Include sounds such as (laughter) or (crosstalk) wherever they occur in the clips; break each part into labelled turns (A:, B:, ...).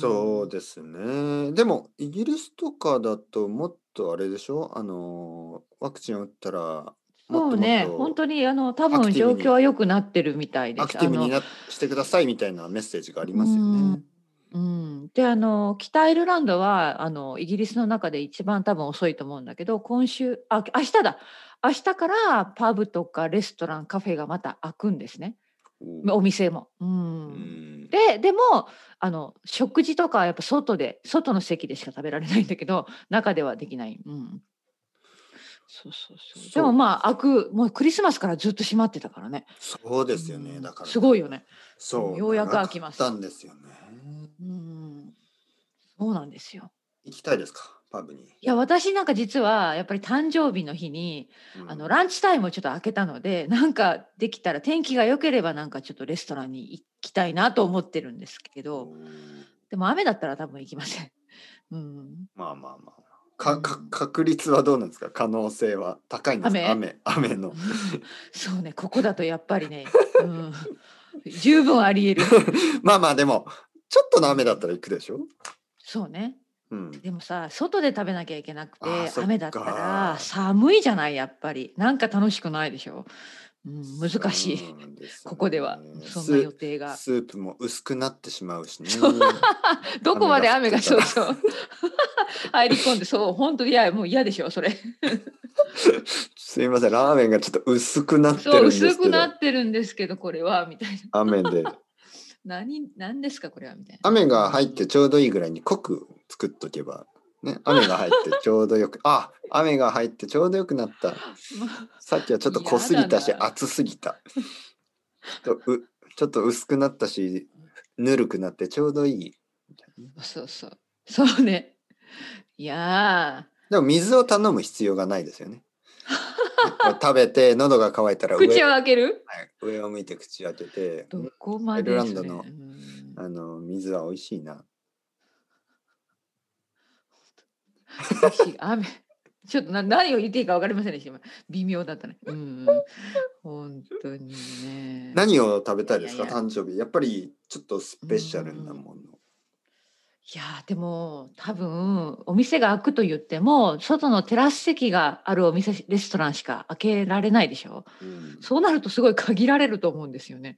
A: そうですね。でも、イギリスとかだともっとあれでしょあの、ワクチン打ったら、もっ
B: そ
A: と
B: う
A: もっ
B: ね、本
A: と
B: 当にあの多
A: アク
B: 分
A: ティ
B: 状
A: ブ
B: 況
A: に、
B: は良くなってるみたいで
A: アク
B: す。
A: テ
B: あ
A: ィブに
B: の、
A: なしてくださいみたいなメッセージがあり
B: う
A: ますよね。
B: ん、うん、で、あの北アイルランドはあのイギリスの中で一番多分遅いと思うんだけど、今週、あ、明日だ。明日からパブとかレストラン、カフェがまた開くんですね。
A: お
B: お店も。う。
A: うんん。
B: で、でも、あの食事とかはやっぱ外で、外の席でしか食べられないんだけど、中ではできない。うん。そうそうそう。でも
A: そうで
B: まあ、
A: す。
B: 開く、もうクリスマスからずっと閉まってたからね。
A: そう
B: う
A: ですよね。
B: ん、
A: だから、
B: すごいよね。うん
A: そう、
B: ようやく
A: 長
B: 開
A: か
B: きま
A: った
B: す。
A: んですよね。
B: うん、そうなんですよ。
A: 行きたいですかパブに。
B: いや、私なんか実は、やっぱり誕生日の日に、
A: う
B: あの、
A: ん。
B: ランチタイムをちょっと開けたので、なんかできたら、天気が良ければなんかちょっとレストランに行きたいなと思ってるんですけど、
A: お
B: でも雨だったら多分行きません。うん。
A: (laughs) まあまあまあ。
B: う
A: か、か、
B: ん。
A: 確率はどうなんですか可能性は高いんですか
B: 雨
A: 雨、雨の。 (laughs)
B: そうね、ここだとやっぱりね、うん、十分あり得る。
A: まあまあでも、ちょっと
B: う
A: の雨だっ
B: ん、
A: たら行くでしょ
B: そうね。
A: うん。
B: でもさ、外で食べなきゃいけなく
A: ああ、
B: て、
A: そっ
B: 雨だったら
A: か。
B: 寒いじゃない、やっぱり。なんか楽しくないでしょ。うん、難しい。
A: そうなんです
B: こ
A: よ
B: こでは、
A: ね。
B: そんな予
A: ス、
B: 定が。
A: スープも薄くなってしまうし
B: そう
A: ね。
B: どこ
A: 雨
B: ま
A: が
B: で
A: 降っ
B: 雨
A: てた
B: がそう
A: ら。
B: そう (laughs) 入り込んでそう本当に嫌もう嫌でしょそれ
A: すいません、ラーメンがちょっと薄くなって
B: そう
A: るんで
B: 薄
A: す
B: く
A: け
B: な
A: ど、
B: ってるんですけどこれはみたいな
A: 雨で。
B: 何何ですかこれはみたいな
A: 雨
B: う
A: が入って
B: ん
A: ちょうどいいぐらいに濃く作っとけば、ね、雨が入ってちょうどよく、あ、雨が入ってちょうどよくなった。
B: ま
A: さっきはちょっと濃
B: 嫌
A: す
B: だ
A: ぎたし、
B: な
A: 熱すぎた。ちょっとう、ちょっと薄くなったし、ぬるくなってちょうどいい。みたいなね
B: (laughs) そうそうそうねいや
A: でも水を頼む必要がないですよ
B: (laughs)
A: ね。ねこう食べて喉が渇いたら
B: ー口
A: 上、
B: を開ける
A: はい上を向いて口開けて、う
B: ど
A: ん
B: こ
A: ア
B: ま
A: イル
B: で
A: ラン
B: そ
A: ド
B: れ
A: の
B: う
A: あ
B: ん
A: の水は美味しいな。
B: 美味しい雨ちょっとな何を言っていいか分かりませんでした今微妙だったねうん本当にね
A: 何を食べ
B: い
A: た
B: や
A: い
B: い
A: で
B: や
A: す
B: い
A: か
B: や
A: 誕生日。やっぱりちょっとス
B: う
A: ペシャルなんもの。
B: いやーでも多分お店が開くと言っても外のテラス席があるお店レストランしか開けられないでしょ
A: うん。
B: そうなるとすごい限られると思うんですよね。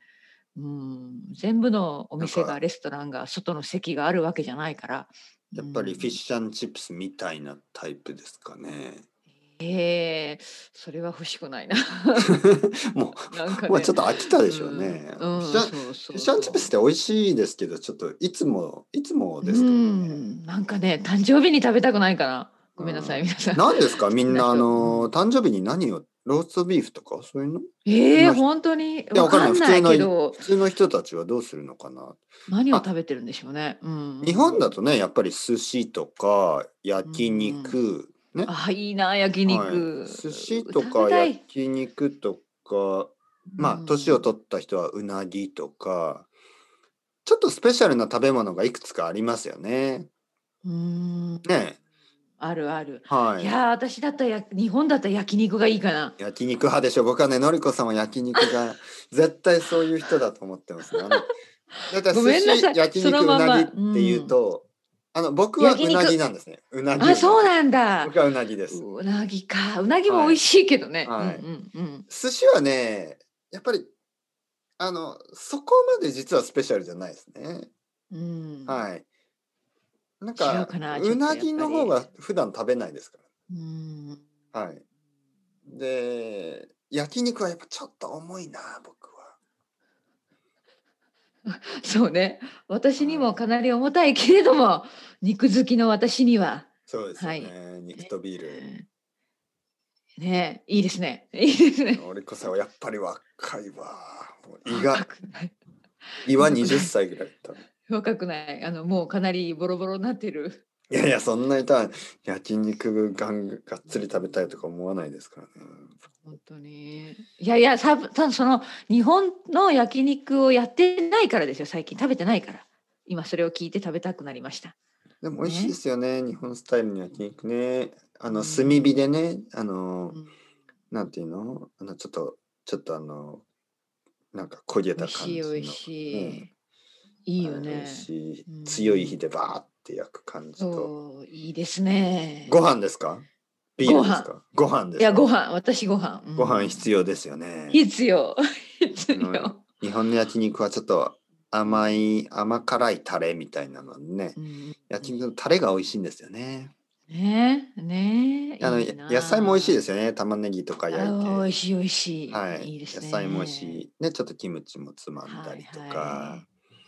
B: うん全部のお
A: なん
B: 店が
A: か、
B: レストランが外の席があるわけじゃないから。う
A: やっぱりフィッ
B: ん
A: シュチップスみたいなタイプですかね。
B: えー、それは欲しくないな。
A: も
B: なんか
A: う、まあちょ
B: ね。
A: っと飽きたで
B: う、
A: しょうんね。フィッ
B: う
A: シャンフィッ
B: ん、そうそう
A: シャンチップスっ
B: そ
A: て美味しいですけど、ちょっといつも、いつも
B: う。う
A: ですからね。
B: ん、なんかね、誕生日に食べたくないかな。ご
A: う
B: めんなさい、
A: ん。
B: 皆さん。好
A: 何です
B: (laughs)
A: かみ
B: き
A: ん
B: な
A: な、あ
B: 人。
A: の、
B: うん
A: 誕生日に何を、ローストビーフとかそういうのそん
B: ええ
A: な人、い
B: 本当に
A: や、
B: わ
A: わかん
B: か
A: ない。普通
B: んない
A: の
B: け
A: い、
B: ど
A: 普通の人たちはどうするのかな。
B: 何を
A: あ、
B: 食べてるんでしょうね。う
A: 日本
B: ん
A: だとね、やっぱり寿司とか
B: う
A: 焼
B: んうん。うん
A: 肉、ね。
B: あいいな焼
A: はい。
B: 肉
A: 寿司と
B: 食べ
A: か
B: た
A: 焼
B: い。
A: 肉とか、
B: う
A: まあ、年を
B: ん
A: 取った人はうなぎとか、ちょっとスペシャルな食べ物がいくつかありますよね。
B: うん
A: ねえ。
B: あるある。
A: はいい。
B: やー私だったらや日本だったら焼肉がいいかな。
A: 焼肉派でしょ。僕はね、のりこさんは焼肉
B: (laughs)
A: が、絶対そういう人だと思ってますね。あの、だいたい
B: ご
A: 寿
B: めんな
A: 司、
B: さい
A: 焼
B: その
A: 肉、う
B: ま
A: なぎっ
B: ま。う
A: ていうんと、あの、僕は
B: 焼
A: うなぎ
B: 肉
A: なんですね。うなぎ、
B: あ
A: うな
B: そう
A: ぎ。
B: なんだ。
A: 僕はうなぎです。
B: うなぎかうなぎも
A: は
B: 美味
A: い。
B: しいけどね。うん
A: はい。
B: うんうん
A: 寿司はね、やっぱり、あの、そこまで実はスペシャルじゃないですね。
B: うん
A: はい。なん
B: 違う
A: か、
B: かなち
A: う
B: ょっと
A: な
B: やっ
A: ぎ
B: ぱ
A: の方
B: り。
A: が普段食べないですか
B: うん
A: ら。はい。で、焼肉はやっぱちょっと重いな、僕は。
B: そうね。私に
A: は
B: も
A: い。
B: かなり重たいけれども、肉好きの私には。
A: そうです
B: は
A: よ
B: い。
A: ね。肉
B: え
A: とビール。
B: ーねいいですね。いいですね。
A: 俺こそやっぱり若いわ。もう胃
B: 若
A: が、
B: くない。
A: 胃は
B: 若く
A: 20
B: ない。
A: 歳ぐらいだった。
B: 若くない。あの、もうかなりボロボロになってる。
A: いやいや、そんなにた焼肉がんがっつり食べたいとか思わないですからね。
B: 本当に。いやいや、さぶ、たその、日本の焼肉をやってないからですよ。最近食べてないから。今それを聞いて食べたくなりました。
A: でも美味しいで
B: ね。
A: すよね。日本スタイルの焼肉ね。あ
B: う
A: の、炭火
B: ん。
A: でね、あ
B: う
A: の、
B: ん
A: なんていうのあの、ちょっと、ちょっとあの、なんか焦げ
B: 美味
A: た
B: しい、
A: 感
B: 美
A: じ
B: 味
A: の。
B: し
A: うん。
B: い。いいよ
A: 美
B: ね
A: 味。し
B: うん
A: い強い火でバーって焼く感じと。
B: そう、いいですね。
A: ご飯ですかビールですかご飯です
B: いや、ご
A: 飯。
B: 飯、私ご飯。うん
A: ご飯必要ですよね。
B: 必要。必
A: うん
B: 要。
A: 日本の焼肉はちょっと甘い甘辛いタレみたいなのね
B: うん
A: 焼肉のタレが美味しいんですよね
B: ねえ、ねえ。
A: あの
B: いいな
A: 野菜も美味しいですよね玉ねぎとか
B: あ
A: 焼い
B: ー美味
A: て
B: しい、美味しい。
A: はい
B: いいですね。
A: 野菜も美味し。いねちょっとキムチもつまんだりとか、
B: はいは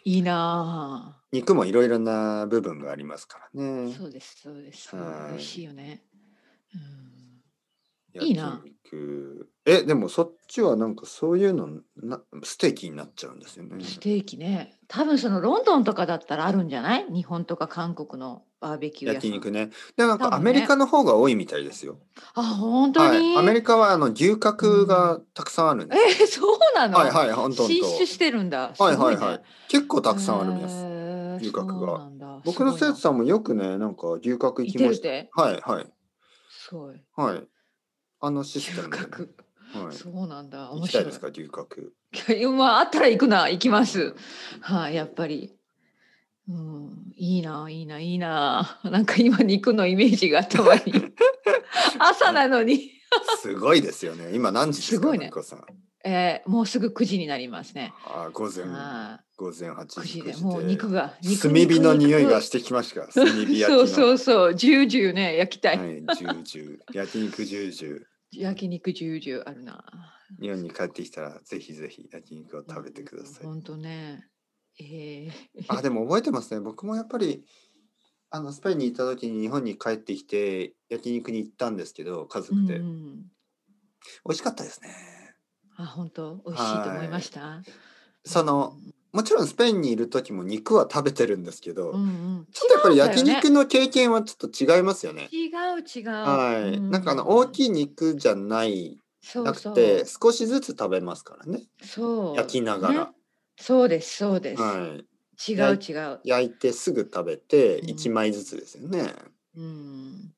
B: い、いいな
A: 肉もいろいろな部分がありますから
B: あ。
A: ね
B: そうです、そうです。
A: はい
B: 美味しいよね。うんいいな
A: 焼肉えでもそっちはなんかそういうのなステーキになっちゃうんですよね
B: ステーキね。多分そのロンドンとかだったらあるんじゃない日本とか韓国のバーベキュー屋さん
A: 焼肉ねでなん
B: 多
A: かア
B: 分ね
A: メリカの方が多いみたいですよ
B: あ、本当に、
A: はい、アメリカはあの牛角がたくさんあるんですよ、
B: えーそうなの、
A: はいはい本当本
B: 進出
A: 当
B: してるん
A: はい
B: だ。
A: はい
B: すご
A: はいい
B: ね
A: 結構たくさんあるみたいです、
B: へー
A: 遊郭が
B: そうなんだ
A: 僕の生徒
B: す
A: さんもよくねなんか牛角
B: ごい
A: 行
B: な
A: き
B: いて
A: ま
B: るっ
A: した
B: て
A: はいはい
B: すごい。
A: はいあのシステ
B: 遊
A: ムでね、
B: 郭、
A: はい、
B: そうなんだ。
A: 行
B: 面
A: きた
B: 白い。
A: いですか牛角
B: いやまああったら行くな行きます。はい、やっぱり。うん、いいないいないいな (laughs) なんか今肉のイメージが頭に
A: (laughs)
B: 朝なのに、
A: すごいですよね今何時です
B: す
A: か
B: ごい
A: の
B: ね
A: りこさん
B: えーもうすぐ9時になりますね、
A: あ午前
B: は
A: 午前8
B: い9
A: 時
B: 時
A: 9
B: で
A: 時
B: もう肉が肉
A: 炭火の匂いがしててきました炭火焼き
B: (laughs) そ
A: の
B: うそうそうジュージューね焼きた、
A: はいいジュージュー焼肉ジュージュー
B: 焼肉ジュージューあるな
A: 日本に帰ってきたらぜひぜひ焼肉を食べてください
B: 本当ねえー、
A: あでも覚えてますね僕もやっぱりあのスペインにいた時に日本に帰ってきて焼肉に行ったんですけど家族で、
B: う
A: 美
B: んうん
A: 味しかったですね
B: あ本当美味しいと思いました
A: そのもちろんスペインにいる時も肉は食べてるんですけど、
B: うんうん
A: ちょっとやっぱり焼
B: 違うんだよね
A: 肉の経験はちょっと違いますよね
B: 違う違う。
A: はい、
B: う
A: なんかあの大
B: い。
A: きい肉じゃない
B: そ
A: な
B: う
A: く
B: そう。
A: て少しずつ食べますからね
B: そう
A: 焼きながら
B: ねそうですそうです。
A: はい
B: 違う
A: 焼
B: 違う。
A: 焼いてすぐ食べて
B: うん
A: 1枚ずつですよね、
B: うん。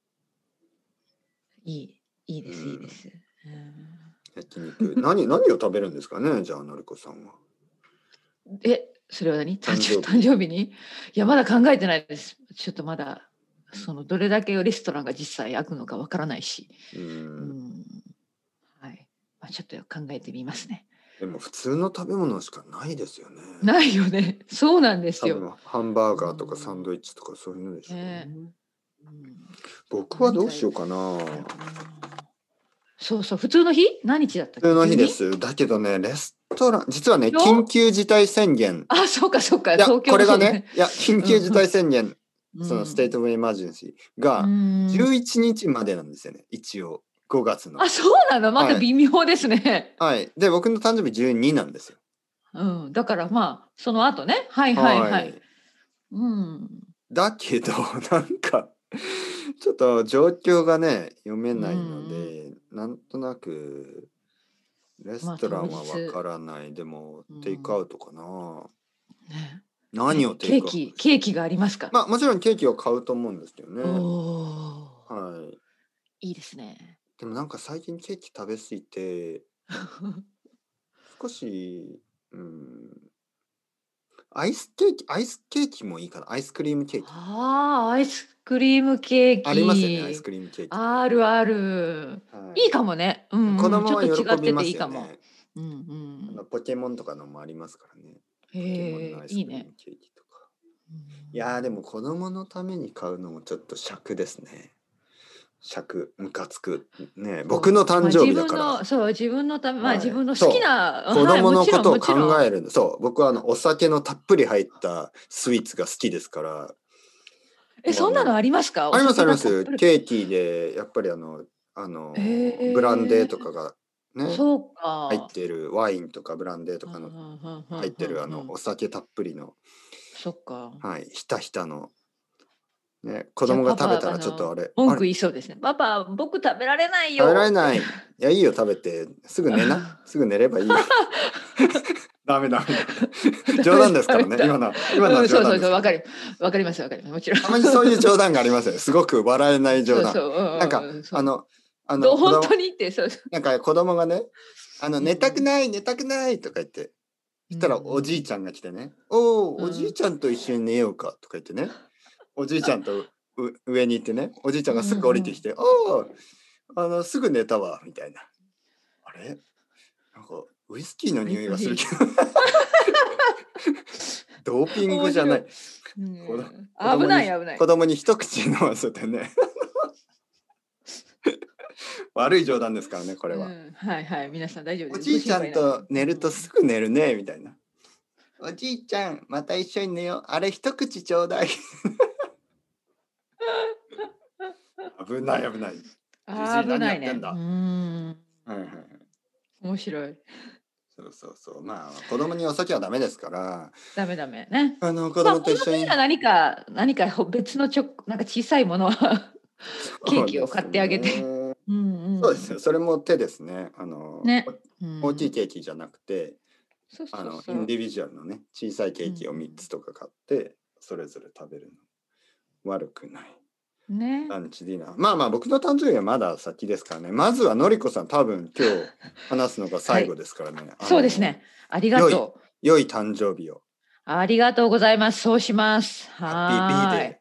B: いいいいです
A: うん
B: いいです。
A: 焼肉 (laughs) 何何を食べるんですかねじゃあのりこさんは
B: うんえそれは何誕
A: 誕
B: 生
A: 生日
B: 誕生日にいやまだ考えてないです。ちょっとまだそのどれだけレストランが実際開くのかわからないし。
A: う
B: うんん。はい。まあちょっと考えてみますね。
A: でも普通の食べ物しかないですよね。
B: ないよね。そうなんです
A: 多
B: よ。
A: 分ハンバーガーと
B: う
A: か
B: ん
A: サンドイッチとかそういうのでしょう、
B: ねうん
A: 僕はどうしようかな。
B: そうそう、普通の日何日だっ
A: 普
B: たっけ
A: 通の日で。
B: 12
A: す。だけどね、レストラン、実はね、
B: よ
A: 緊急事態宣言。
B: (laughs) あ、そうかそうか、
A: いや、
B: 東京
A: これがね、いや、緊急事態宣言、
B: そうだね、
A: そのステートオブエマージェンシーが
B: うん
A: 11日までなんですよね、一応。5月の
B: あ、。そうなのまた
A: はい
B: 微妙ですね。
A: はい。で、僕の誕生日12なんですよ。
B: うん。だからまあ、その後ね。はいはいはい。うん。
A: だけど (laughs) なんかちょっと状況がね読めないので、なんとなくレストランは
B: まあ当日
A: わからない、でも
B: うん
A: テイクアウトかな、
B: ね
A: 何をテ
B: ケ
A: イ
B: ー
A: クアウ
B: キ、
A: ト
B: ケーキがありますか、
A: まあもちろんケーキを買うと思うんですけどね、
B: おー
A: はい
B: いいですね。 (laughs)
A: でもなんか最近ケーキ食べ過ぎて少しうんアイスケーキアイスケーキもいいかなアイスクリームケーキ
B: ああ、アイスクリームケーキ。
A: ありますよねアイスクリームケーキ、
B: あるある。
A: はい
B: いいかもね。うん、うん。
A: 子供は
B: ちょっと違
A: 喜
B: って
A: びま
B: てい
A: す
B: いか
A: よ
B: も。
A: ね
B: う
A: あ
B: んうん
A: の。ポケモンとかのもありますからね。ポケモン
B: へ
A: の
B: え
A: アイスク
B: い
A: リ
B: い
A: ーム
B: ね。
A: ケーキとか。
B: うん
A: いやーでも子供のために買うのもちょっと尺ですね。尺、ムカつく。ね僕の誕生日だか
B: まあ
A: ら。
B: 自分のそう自分のため、まあ
A: はい
B: 自分の好きな
A: 子供のことを考
B: え
A: えるの、そう僕はあのお酒のたっぷり入ったスイーツが好きですから
B: えそんなのありますか？
A: ありますあります
B: お酒がたっぷり
A: ケーキでやっぱりあのあの、
B: へー
A: ブランデーとかがね
B: そうか。
A: 入ってるワインとかブランデーとかの
B: の
A: 入ってるあのお酒たっぷりの
B: そっか。
A: はい、ひたひたの。ね、子供が食べたらちょっとあれ、あ
B: 文句
A: れ
B: 言いそうですね。パパ僕食べられないよ。
A: 食べられない。いや、いいよ、食べて。すぐ寝
B: (laughs)
A: な。すぐ寝ればいいよ。ダメダメ。冗談ですから
B: (laughs)
A: ね、今のは。今の
B: う
A: は
B: んそ
A: 冗
B: う
A: 談です
B: そうそうわかりわかりますわかりますもちろん。
A: たまにそういう冗談がありますよ。すごく笑えない冗談。
B: そうそううう
A: なんか
B: そう
A: あの、あ
B: ど
A: の、
B: う
A: 子
B: 本
A: 供
B: 当にってそうそう
A: なんか子供がね、あの、
B: うん
A: 寝たくない、寝たくないとか言って、 (laughs) そしたら
B: うん
A: おじいちゃんが来てね「お
B: う
A: お
B: ん
A: おじいちゃんと一緒に寝ようか」とか言って
B: (laughs)
A: ねおじいちゃんとう上に行ってねおじいちゃんがすぐ降りてきて「おおあのすぐ寝たわ」みたいな「あれなんかウイスキーの匂いがするけどドーピングじゃない
B: うん
A: 子供
B: 危ない危ない
A: 子。供に一口飲ませてね悪い冗談ですからねこれは。
B: うんはいはい皆さん大丈夫で
A: お
B: す。
A: じいちゃんと寝ると
B: ご心
A: すぐ寝るねみたいな。おじいちゃんまた一緒に寝よう。あれ一口ちょうだい。 (laughs) 危ない危ない。
B: 配
A: じ
B: な
A: じ
B: い
A: い
B: 危な
A: 何や
B: いね。
A: って
B: うん
A: だ
B: ん
A: はいはいはい。
B: 面白い。
A: そうそうそう。まあ子供にお酒はダメですから。
B: ダメダメね。
A: あの子
B: まあ
A: 供
B: 子
A: と一緒
B: 供
A: に。
B: には何か何か別のちょなんか小さいものはケーキを買ってあげて
A: そうですね
B: うんうん。
A: そうですよ。それも手ですね。あの、
B: ね
A: お大きい
B: ーキ。
A: ケーキじゃなくて、
B: そうそ
A: あの
B: うそ
A: イン
B: う。
A: ディビジュアルのね小さいケーキを3つとか買ってそれぞれ食べるの悪くない。
B: ね。
A: ランチディナー。まあまあ僕の誕生日はまだ先ですからね。まずはのりこさん多分今日話すのが最後ですからね。あの
B: そうですね。。ありがとう。
A: 良い誕生日を。
B: ありがとうございます。そうします。
A: ハッ
B: は
A: ピービー
B: ー
A: デ
B: い。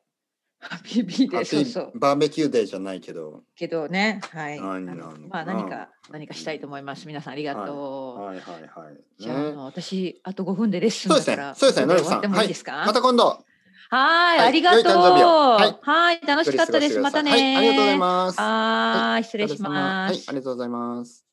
B: ハッピービー
A: ー。ハ
B: で
A: ッピ
B: そうそう
A: ー。バーベキューデーじゃないけど。
B: けどね、はい。
A: 何
B: あ
A: なの
B: の
A: かな
B: まあ何か何かしたいと思います。皆さんありがとう。
A: はいはいはい。
B: じゃあ、あ
A: ね、
B: の私あと5分でレッスンだから、
A: そうですねそうですねのりこさ
B: ここ終
A: ん
B: わってもいいですか？
A: また今度。
B: はーい、
A: はい
B: ありがとう。
A: 良い誕生日をはい
B: はい、楽しかったです。
A: ゆっ
B: ま
A: くり過ご
B: たね。
A: してくださいはい。ありがとうございます。
B: はーい、失
A: お疲
B: 礼
A: れ様
B: しま
A: は
B: す。
A: い、ありがとうございます。